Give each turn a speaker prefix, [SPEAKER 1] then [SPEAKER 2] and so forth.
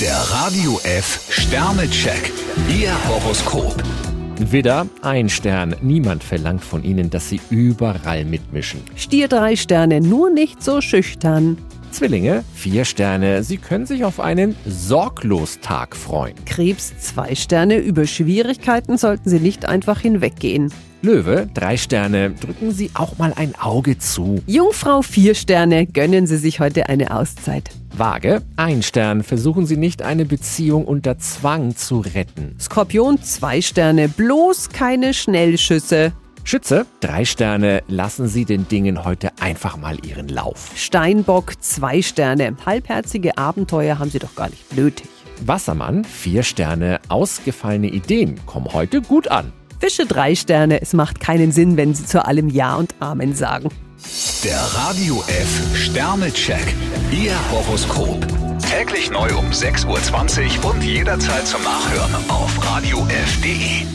[SPEAKER 1] Der Radio F Sternecheck. Ihr Horoskop.
[SPEAKER 2] Widder, ein Stern. Niemand verlangt von Ihnen, dass Sie überall mitmischen.
[SPEAKER 3] Stier drei Sterne, nur nicht so schüchtern.
[SPEAKER 2] Zwillinge, vier Sterne. Sie können sich auf einen Sorglostag freuen.
[SPEAKER 3] Krebs zwei Sterne, über Schwierigkeiten sollten Sie nicht einfach hinweggehen.
[SPEAKER 2] Löwe, drei Sterne. Drücken Sie auch mal ein Auge zu.
[SPEAKER 3] Jungfrau vier Sterne, gönnen Sie sich heute eine Auszeit.
[SPEAKER 2] Waage, ein Stern. Versuchen Sie nicht, eine Beziehung unter Zwang zu retten.
[SPEAKER 3] Skorpion zwei Sterne, bloß keine Schnellschüsse.
[SPEAKER 2] Schütze, drei Sterne. Lassen Sie den Dingen heute einfach mal ihren Lauf.
[SPEAKER 3] Steinbock zwei Sterne, halbherzige Abenteuer haben Sie doch gar nicht nötig.
[SPEAKER 2] Wassermann, vier Sterne. Ausgefallene Ideen kommen heute gut an.
[SPEAKER 3] Fische drei Sterne, es macht keinen Sinn, wenn Sie zu allem Ja und Amen sagen.
[SPEAKER 1] Der Radio F Sternecheck. Ihr Horoskop. Täglich neu um 6.20 Uhr und jederzeit zum Nachhören auf Radio radiof.de.